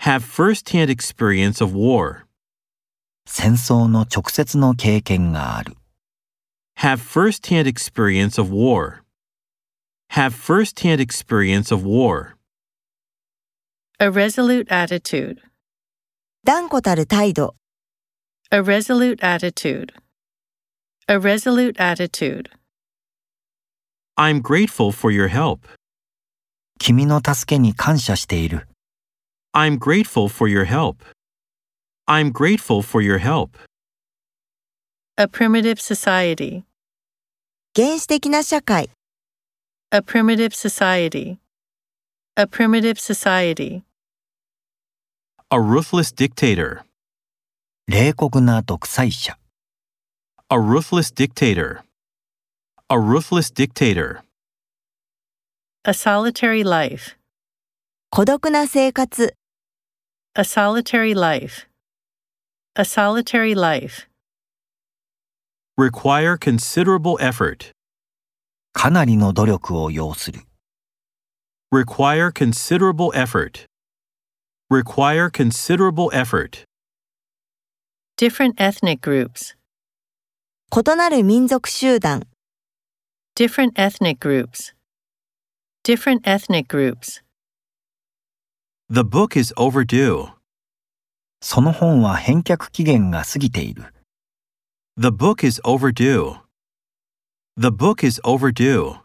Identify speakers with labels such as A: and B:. A: have first-hand experience of war,
B: 戦争の直接の経験がある。
A: have first-hand experience of war, have first-hand experience of war,
C: A resolute attitude.
D: 断固たる態度、
C: A resolute attitude. A resolute attitude.
A: I'm grateful for your help,
B: 君の助けに感謝している。
A: I'm grateful for your help, I'm grateful for your help,
C: A primitive society.
D: 原始的な社会、
C: A primitive society. A primitive society.
A: a ruthless dictator,
B: 冷酷な独裁者。
A: a ruthless dictator, a ruthless dictator,
C: A solitary life.
D: 孤独な生活、
C: A solitary life. A solitary life.
A: require considerable effort,
B: かなりの努力を要する。
A: require considerable effort, require considerable effort,
C: Different ethnic groups.
D: 異なる民族集団、
C: Different ethnic groups. Different ethnic groups.
A: the book is overdue.
B: その本は返却期限が過ぎている。
A: The book is overdue. The book is overdue.